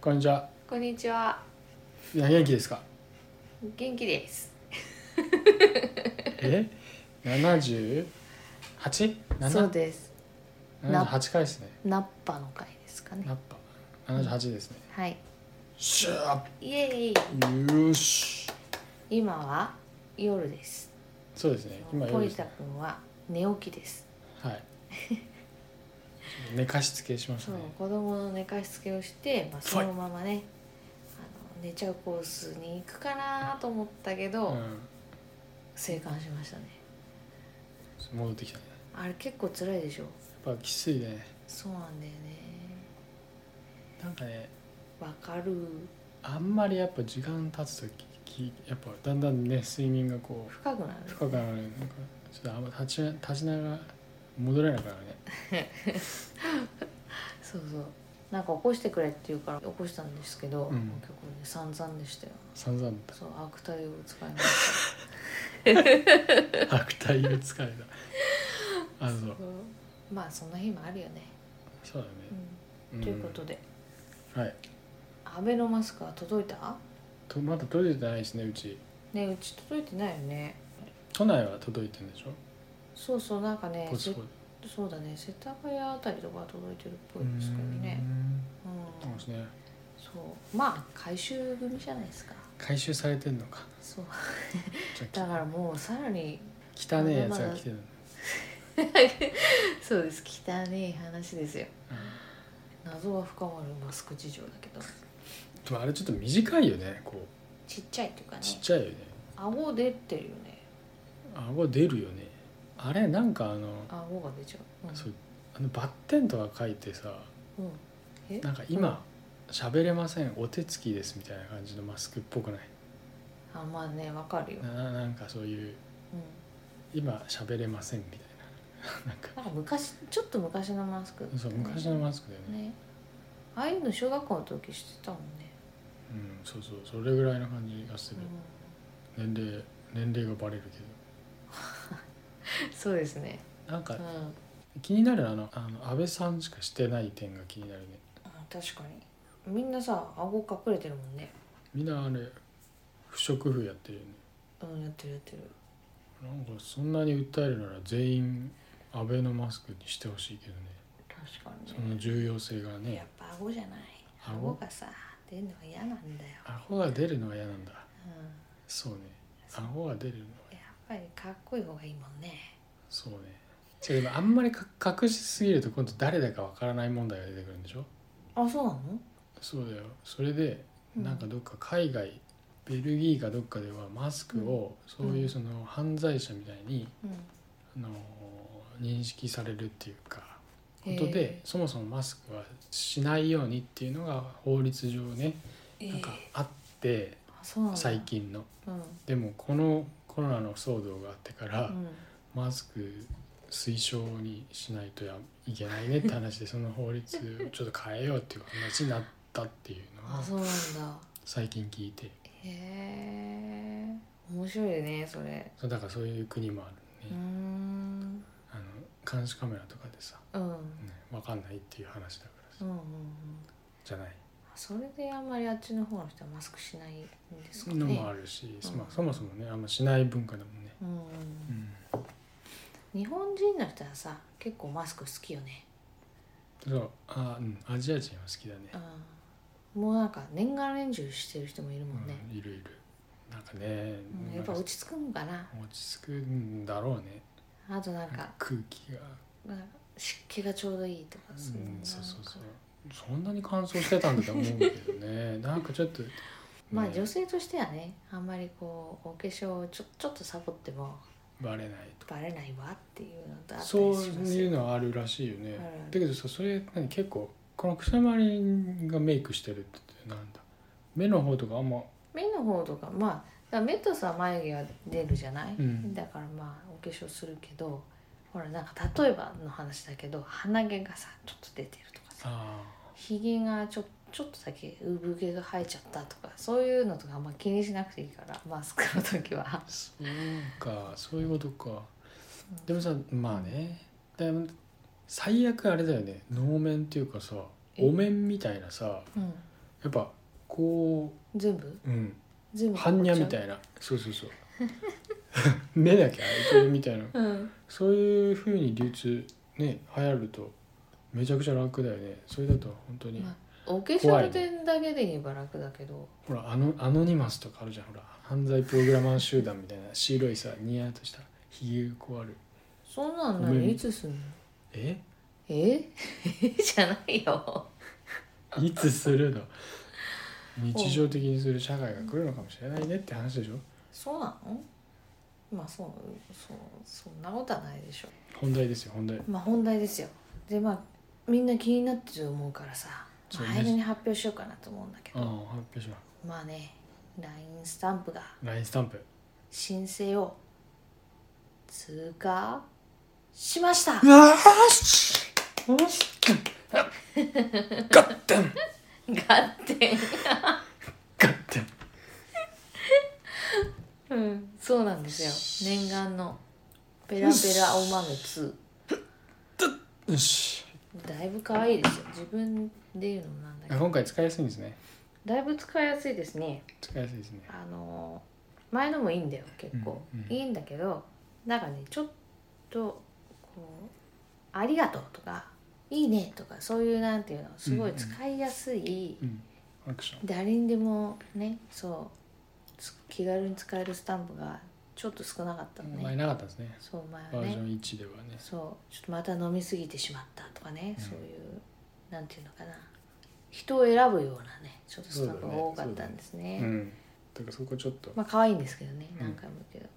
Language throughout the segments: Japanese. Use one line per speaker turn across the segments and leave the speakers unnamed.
こんにちは。
こんにちは。
いや元気ですか。
元気です。
え？七十八？
そう
七
です。
七八回ですね。
ナッパの会ですかね
や。っぱ七十八ですね。
はい。
シャ
イエーイ。
ーよし。
今は夜です。
そうですね。今
ポ
夜
リ
です
タ
ね。
君は寝起きです。
はい。寝かしつけしました
そう
ね。、
子供の寝かしつけをして、まあ、そのままね。あの寝ちゃうコースに行くかなと思ったけど、
う
生還しましたね。
ん。戻ってきたね。
あれ結構辛いでしょ
やっぱきついね。
そうなんだよね。
なんかね、
わかる。
あんまりやっぱ時間経つときき、やっぱだんだんね睡眠がこう
深くなる。
深くなるなんかちょっとあんま立ち立ちながら戻れなくなるね。
そうそうなんか起こしてくれって言うから起こしたんですけど、
うん
結構ね散々でしたよ
散々だった。
そう悪態を使いまし
悪態をつかれた。あ
た
の、
まあそんな日もあるよね、
そうだね。
うんということで
うんはい。
アベノマスクは届いた
とまだ届いてないですねうち。
ねうち届いてないよね
都内は届いてるんでしょ。
そうそうなんかね
ポチポチ。
せそうだね世田谷あたりとか届いてるっぽいですけどねうん
うん。そうですね。
そうまあ回収組じゃないですか
回収されてんのか。
そう
じゃあ
だからもうさらに
き汚ねえやつが来てるの。
そうです汚ねえ話ですよ
うん
謎は深まるマスク事情だけど
でもあれちょっと短いよね。こ
ちっちゃいっていうか
う
ね
ちっちゃいよね。
顎出てるよね
顎出るよね。あれなんかあの、
顎が出ちゃう、うん、
そうあのバッテンとか書いてさ、
うん、え
なんか今喋れませんお手つきですみたいな感じのマスクっぽくない。
あまあねわかるよ、うん、
ななんかそういう今喋れませんみたいななんか
なんか昔ちょっと昔のマスク、
そう昔のマスクだよね、
ねああいうの小学校の時してたもんね、
うん、そうそうそれぐらいの感じがする、
う
年齢年齢がバレるけ
ん、そうですね、
どなん
う
か
ん、
気になるあのあの安倍さんしかしてない点が気になるね
あ確かにみんなさ顎隠れてるもんね
みんなあれ不織布やってるよね
うんやってるやってる
なんかそんなに訴えるなら全員安倍のマスクにしてほしいけどね
確か
そ
に
の
ね
重要性が
や
ね
っぱ顎じゃない
顎
顎がさ出るのが嫌なんだよ、
顎が出るのが嫌なんだ
うん、
そうね顎が出るのが
やっぱりかっこいい方がいいもんね
そうね違うでもあんまりか隠しすぎると今度誰だかわからない問題が出てくるんでしょ
あそうなの
そうだよそれで
うん
なんかどっか海外、ベルギーかどっかではマスクをそういうその犯罪者みたいに、
う
あの認識されるっていうか
ん
ことでそもそもマスクはしないようにっていうのが法律上ね
えー
なんか
え
あって
ーあそうなんだ
最近の
うん
でもこのコロナの騒動があってから、
うん
マスク推奨にしないとやいけないねっ て話でその法律をちょっと変えようっていう話になったっていうの
あ
を
そうなんだ
最近聞いて
へえ面白いねそれ
そうだからそういう国もあ
う
る
ー
ね、
ん
あの監視カメラとかでさ、
うんうん
ね、分かんないっていう話だから
うんうん
じゃない
それであんまりあっちの方の人はマスクしないんですかね
のもあるし、
うん
まあ、そもそもねあんましない文化だもんね、
うんうん
うん、
日本人の人はさ結構マスク好きよね
そうあ、うん、アジア人は好きだね
うんもうなんか年がら年中してる人もいるもんね、
うん、いるいるなんかね、
うん、や
なん
っぱ
か
落
落
ち着くんかな
ち着くんだろうね
あとなん
なん
か
か空気が
なんか湿気がちょうどいいとかそういう
うん、
の
そうそうそう
なんか
そんなに乾燥してたんだと思うけどね なんかちょっと、
まあ
ね
女性としてはねあんまりこうお化粧をちょちょっとサボっても
バレないと
バレないわっていうのとあったりし
そう
ますよ
いうのはあるらしいよね
あるある
だけどさそれ何結構この草まりがメイクしてるってなんだ目の方とかあんま
目の方とかまあだから目とさ眉毛が出るじゃない、
うん
だからまあお化粧するけどほらなんか例えばの話だけど鼻毛がさちょっと出てるとかさ
あ
ひげがちょちょっとだけ産毛が生えちゃったとかそういうのとかあんま気にしなくていいからマスクの時は
ー。そうかそういうことかでもさまあねでも最悪あれだよね能面っていうかさ
え
お面みたいなさ
うん
やっぱこ
全部
ううん
全部
般若みたいな そうそう そう目だけ開いてるみたいな
うん
そういうふうに流通ね流行るとめちゃくちゃ楽だよねそれだと本当に、
まあお化粧の点だけで言えば楽だけど、
ほらあのアノニマスとかあるじゃんほら犯罪プログラマー集団みたいな白いさニヤーとしたひげがこうある
そんなん
ごめん
何いつすんの
え
え じゃないよ
いつする の日常的にする社会が来るのかもしれないねって話でしょ
そうなのまあそうそうそんなことはないでしょ
本題ですよ本題
まあ本題ですよでまあみんな気になってると思うからさ、ま
そう
あ
ね
早めに発表しようかなと思うんだけ
ああ
ど
発表しま
まあね LINE スタンプが
す LINE スタンプ
申請を通過しました
よしよ しガッテン
ガッテン
ガッテン
うん、そうなんですよ念願のペラペラお豆2
よし
だいぶ可愛いですよ自分で言うのもなんだけ
あ
ど
今回使いやすいんですね
だいぶ使いやすいですね
使いやすいですね
あの前のもいいんだよ結構、
うんうん
いいんだけどなんかねちょっとこう「ありがとう」とか「いいね」とかそういうなんていうのすごい使いやすい、
うんアクション
誰にでもねそうつ気軽に使えるスタンプがちょっと少なかったのね、
前なかったですね
そう前はね
バージョン1ではね
そうちょっとまた飲みすぎてしまったとかね、
うん
そういうなんていうのかな人を選ぶようなねちょっとスタンプが多かったんですね
うんだからそこちょっと
まあ可愛いんですけどね
うん
何回も言う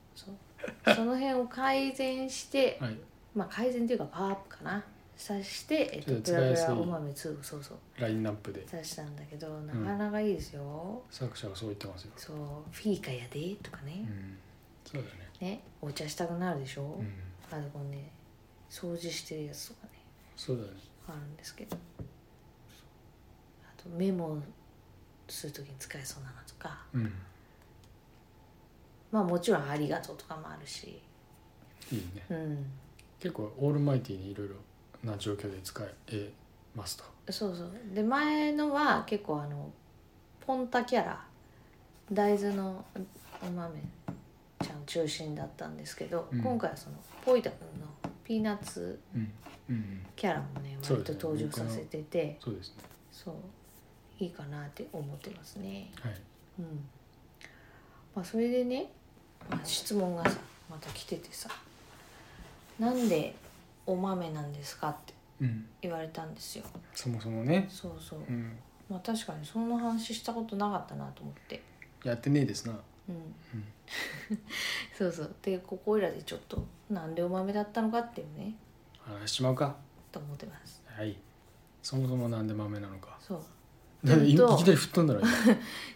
けど、そう その辺を改善して
はい
まあ改善というかパワーアップかなさして、えっ
ちょ
と、
っと
プ
使い
ラ
や
プ
すい
ラお豆2そうそう
ラインナップで
出したんだけどなかなかいいですよ、
作者はそう言ってますよ
そうフィーカやでとか
う
ね、
んそうだよね
ねお茶したくなるでしょ、
うん
あとこうね掃除してるやつとかね
そうだよね
あるんですけどあとメモするときに使えそうなのとか
うん
まあもちろん「ありがとう」とかもあるし
いいね
うん
結構オールマイティにいろいろな状況で使えますと
そうそうで前のは結構あのポンタキャラ大豆のお豆ちゃん中心だったんですけど、
うん
今回はそのポイタ君のピーナッツ
うんうん
キャラもね
そう
割
です
と
ね
登場させてて
そうですね
そう,、いいかなって思ってますね。
はい
うんまあ、それでね、まあ、質問がさまた来ててさ「なんでお豆なんですか?」って
うん
言われたんですよ
そもそもね
そうそう
うん
まあ確かにそんな話したことなかったなと思って
やってねえですな
うん、そうそうでここいらでちょっとなんでお豆だったのかっていうね
話しちまうか
と思ってます
はいそもそもなんで豆なのか
そ う
いいき
ちゃんと
なり吹っ飛んだろ今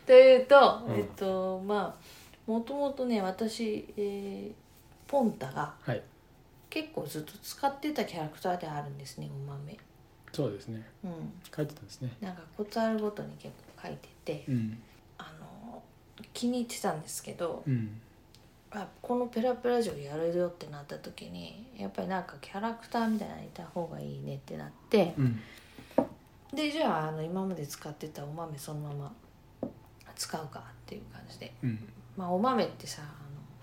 というと、
うん
えっとまあもともとね私、えーポンタが
はい
結構ずっと使ってたキャラクターであるんですねお豆
そうですね
うん
書いてたんですね
なんかコツあるごとに結構書いてて
うん
あの気に入ってたんですけど
うん
あこの「ペラペラ城」やれるよってなった時にやっぱりなんかキャラクターみたいなのいた方がいいねってなって
うん
でじゃああの今まで使ってたお豆そのまま使うかっていう感じで
うん
まあお豆ってさあ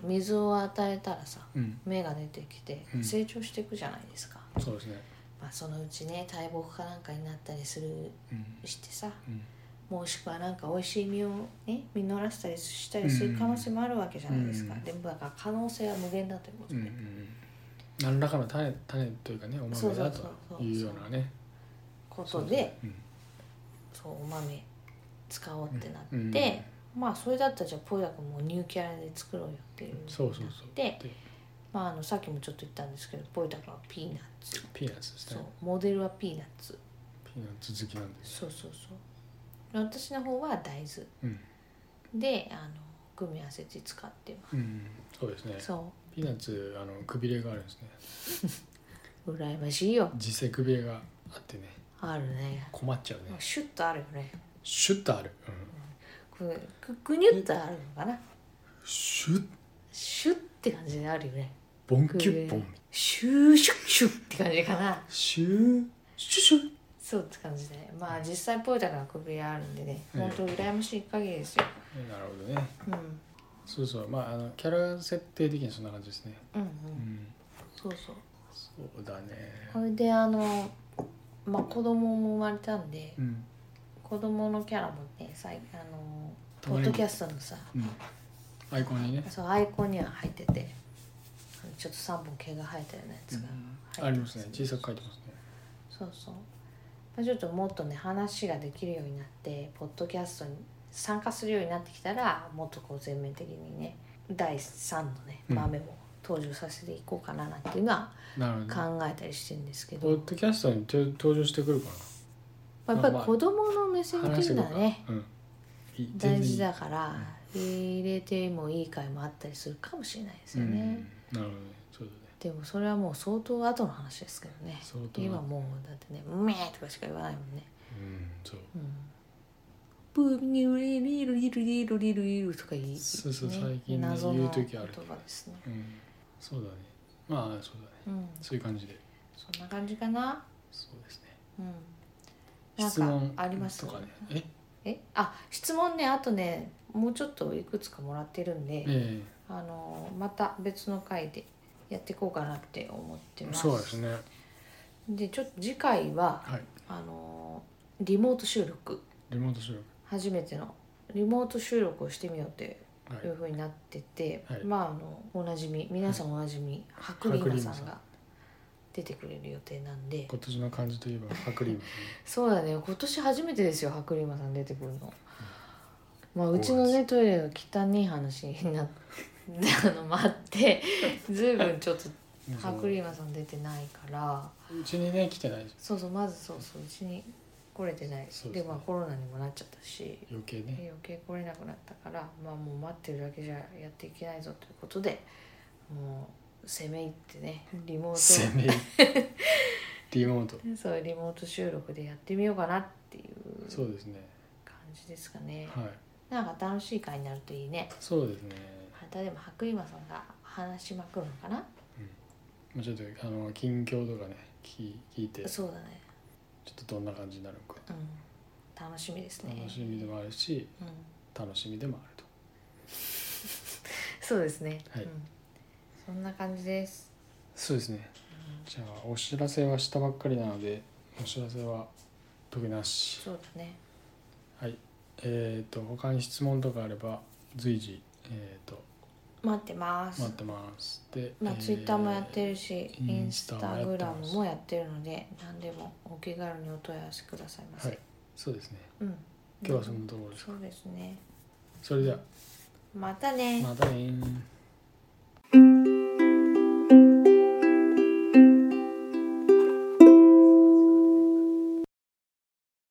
の水を与えたらさ
うん
芽が出てきて
うん
成長していくじゃないですか、
そうですね
まあ、そのうちね大木かなんかになったりする
うん
してさ
うん
もしくはなんか美味しい実をね実らせたりしたりする可能性もあるわけじゃないですか、
うん
でもだから可能性は無限だということ
う
で、
んうん何らかの種種というかねお
そ
豆
うそ
だ
うそうそう
というようなね
ことで
うん
そうお豆使おうってなって、
うん
まあそれだったらじゃあポイダ君もニューキャラで作ろうよっていう
そうそうそう
で、まあ、あのさっきもちょっと言ったんですけどポイダ君はピーナッツ
ピーナッツです
そう
ね
モデルはピーナッツ
ピーナッツ好きなんです
そうそうそう私の方は大豆
うん
であの組み合わせて使ってま
うんそうですね
すそ
ピーナッツあのくびれがあるんですね
う羨ましいよ
実際くびれがあってね
あるね
困っちゃう
ま
ね
あシュッとあるよね
シュッとある、うん、
これくくにゅっとあるのかな
シュッ
シュッって感じであるよね
ボンキュッボン
シューシュッシュッって感じかな
シューシュシュ
そうって感じでまあ実際ポイタが首があるんでね
うん
本当羨ましい限りですよ
なるほどね
うん
そうそうまああのキャラ設定的にはそんな感じですね
うんう
うんん
そうそう
そうだ
そ
ね
れであのまあ子供も生まれたんで
うん
子供のキャラもね最あの
た
ポ
まに
ッドキャストのさ
うんアイコンにね
そうアイコンには入っててあのちょっと3本毛が生えたようなやつが、
うんありますね小さく書いてますね
そうそう、まあ、ちょっともっとね話ができるようになってポッドキャストに参加するようになってきたらもっとこう全面的にね第3のね
うん
豆を登場させていこうかななんていうのは
なるほどね
考えたりしてるんですけ
ポ
ど、
ッドキャストにて登場してくるか
まあ、やっぱり子供の目線
な
って
話し
い
て
う
くる
のは
か
ね
うんいい
大事
全
だから入れてもいい回もあったりするかもしれないですよ
然いい
ね、
うんなるほどねそうだね
でもそれはもう相当後の話ですけどね
相当
今もうだってね「うめえ!」とかしか言わないもんね
うんそう
ブーニュリリルリルリルリルリルとか言い
そうそう
ね
最近ね
謎の
言う時ある
言葉ですね
うんそうだねまあそうだね
うん
そういう感じで
そんな感じかな
そうですね
うんなん
質問
かあります
とかねえ
えあ質問ねあとねもうちょっといくつかもらってるんで
え
あのまた別の回でやっていこうかなって思って
え
ます
そうですね
でちょっと次回は
はい
あのリモート収録
リモート収録
初めてのリモート収録をしてみようって
はい
いうふうになってて、
はい
まああのおなじみ皆さんおなじみ、白
白
リ
リー
ーナ
ナ
さ
さ
ん
ん
が出てくれる予定なんで
今年の漢字といえば白リン
そうだね今年初めてですよ白リーナさん出てくるの。まあ、うちのねトイレが汚い話になって あの待ってずいぶんちょっと白リーナさん出てないから
うちにね来てないです
そうそうまずそうそううちに来れてない
そう
で
ですね
まあコロナにもなっちゃったし
余計ね
余計来れなくなったから、まあ、もう待ってるだけじゃやっていけないぞということでもう攻め入ってねリモー
攻 めリモート
トそうリモート収録でやってみようかなっていう
そうですね
感じですかね
はい
なんか楽しい回になるといいね
そうですね
またでも白馬さんが話しまくるのかな
もうちょっとあの近況とかね聞い聞いてちょ
そうだね
っとどんな感じになるのか
うん楽しみですね
楽しみでもあるし
うん、
楽しみでもあると
そうですね、
はい
うん、そんな感じです、
そうですね
うん
じゃあお知らせはしたばっかりなのでお知らせは特になし
そうだね
はいえっ、と他に質問とかあれば随時えっ、と
待ってます
待ってますで
まあ、ツイッターもやってる
し
し、イ
イ
ン
ン
ス
ス
タ
タ
グ
も
ラ
やってま
ム
す
もやってるので、何でもお気軽にお問い合わせくださいませ。
はいそうですね
うん。
今日はそのところです
そうですね。
それでは
またね。
またねー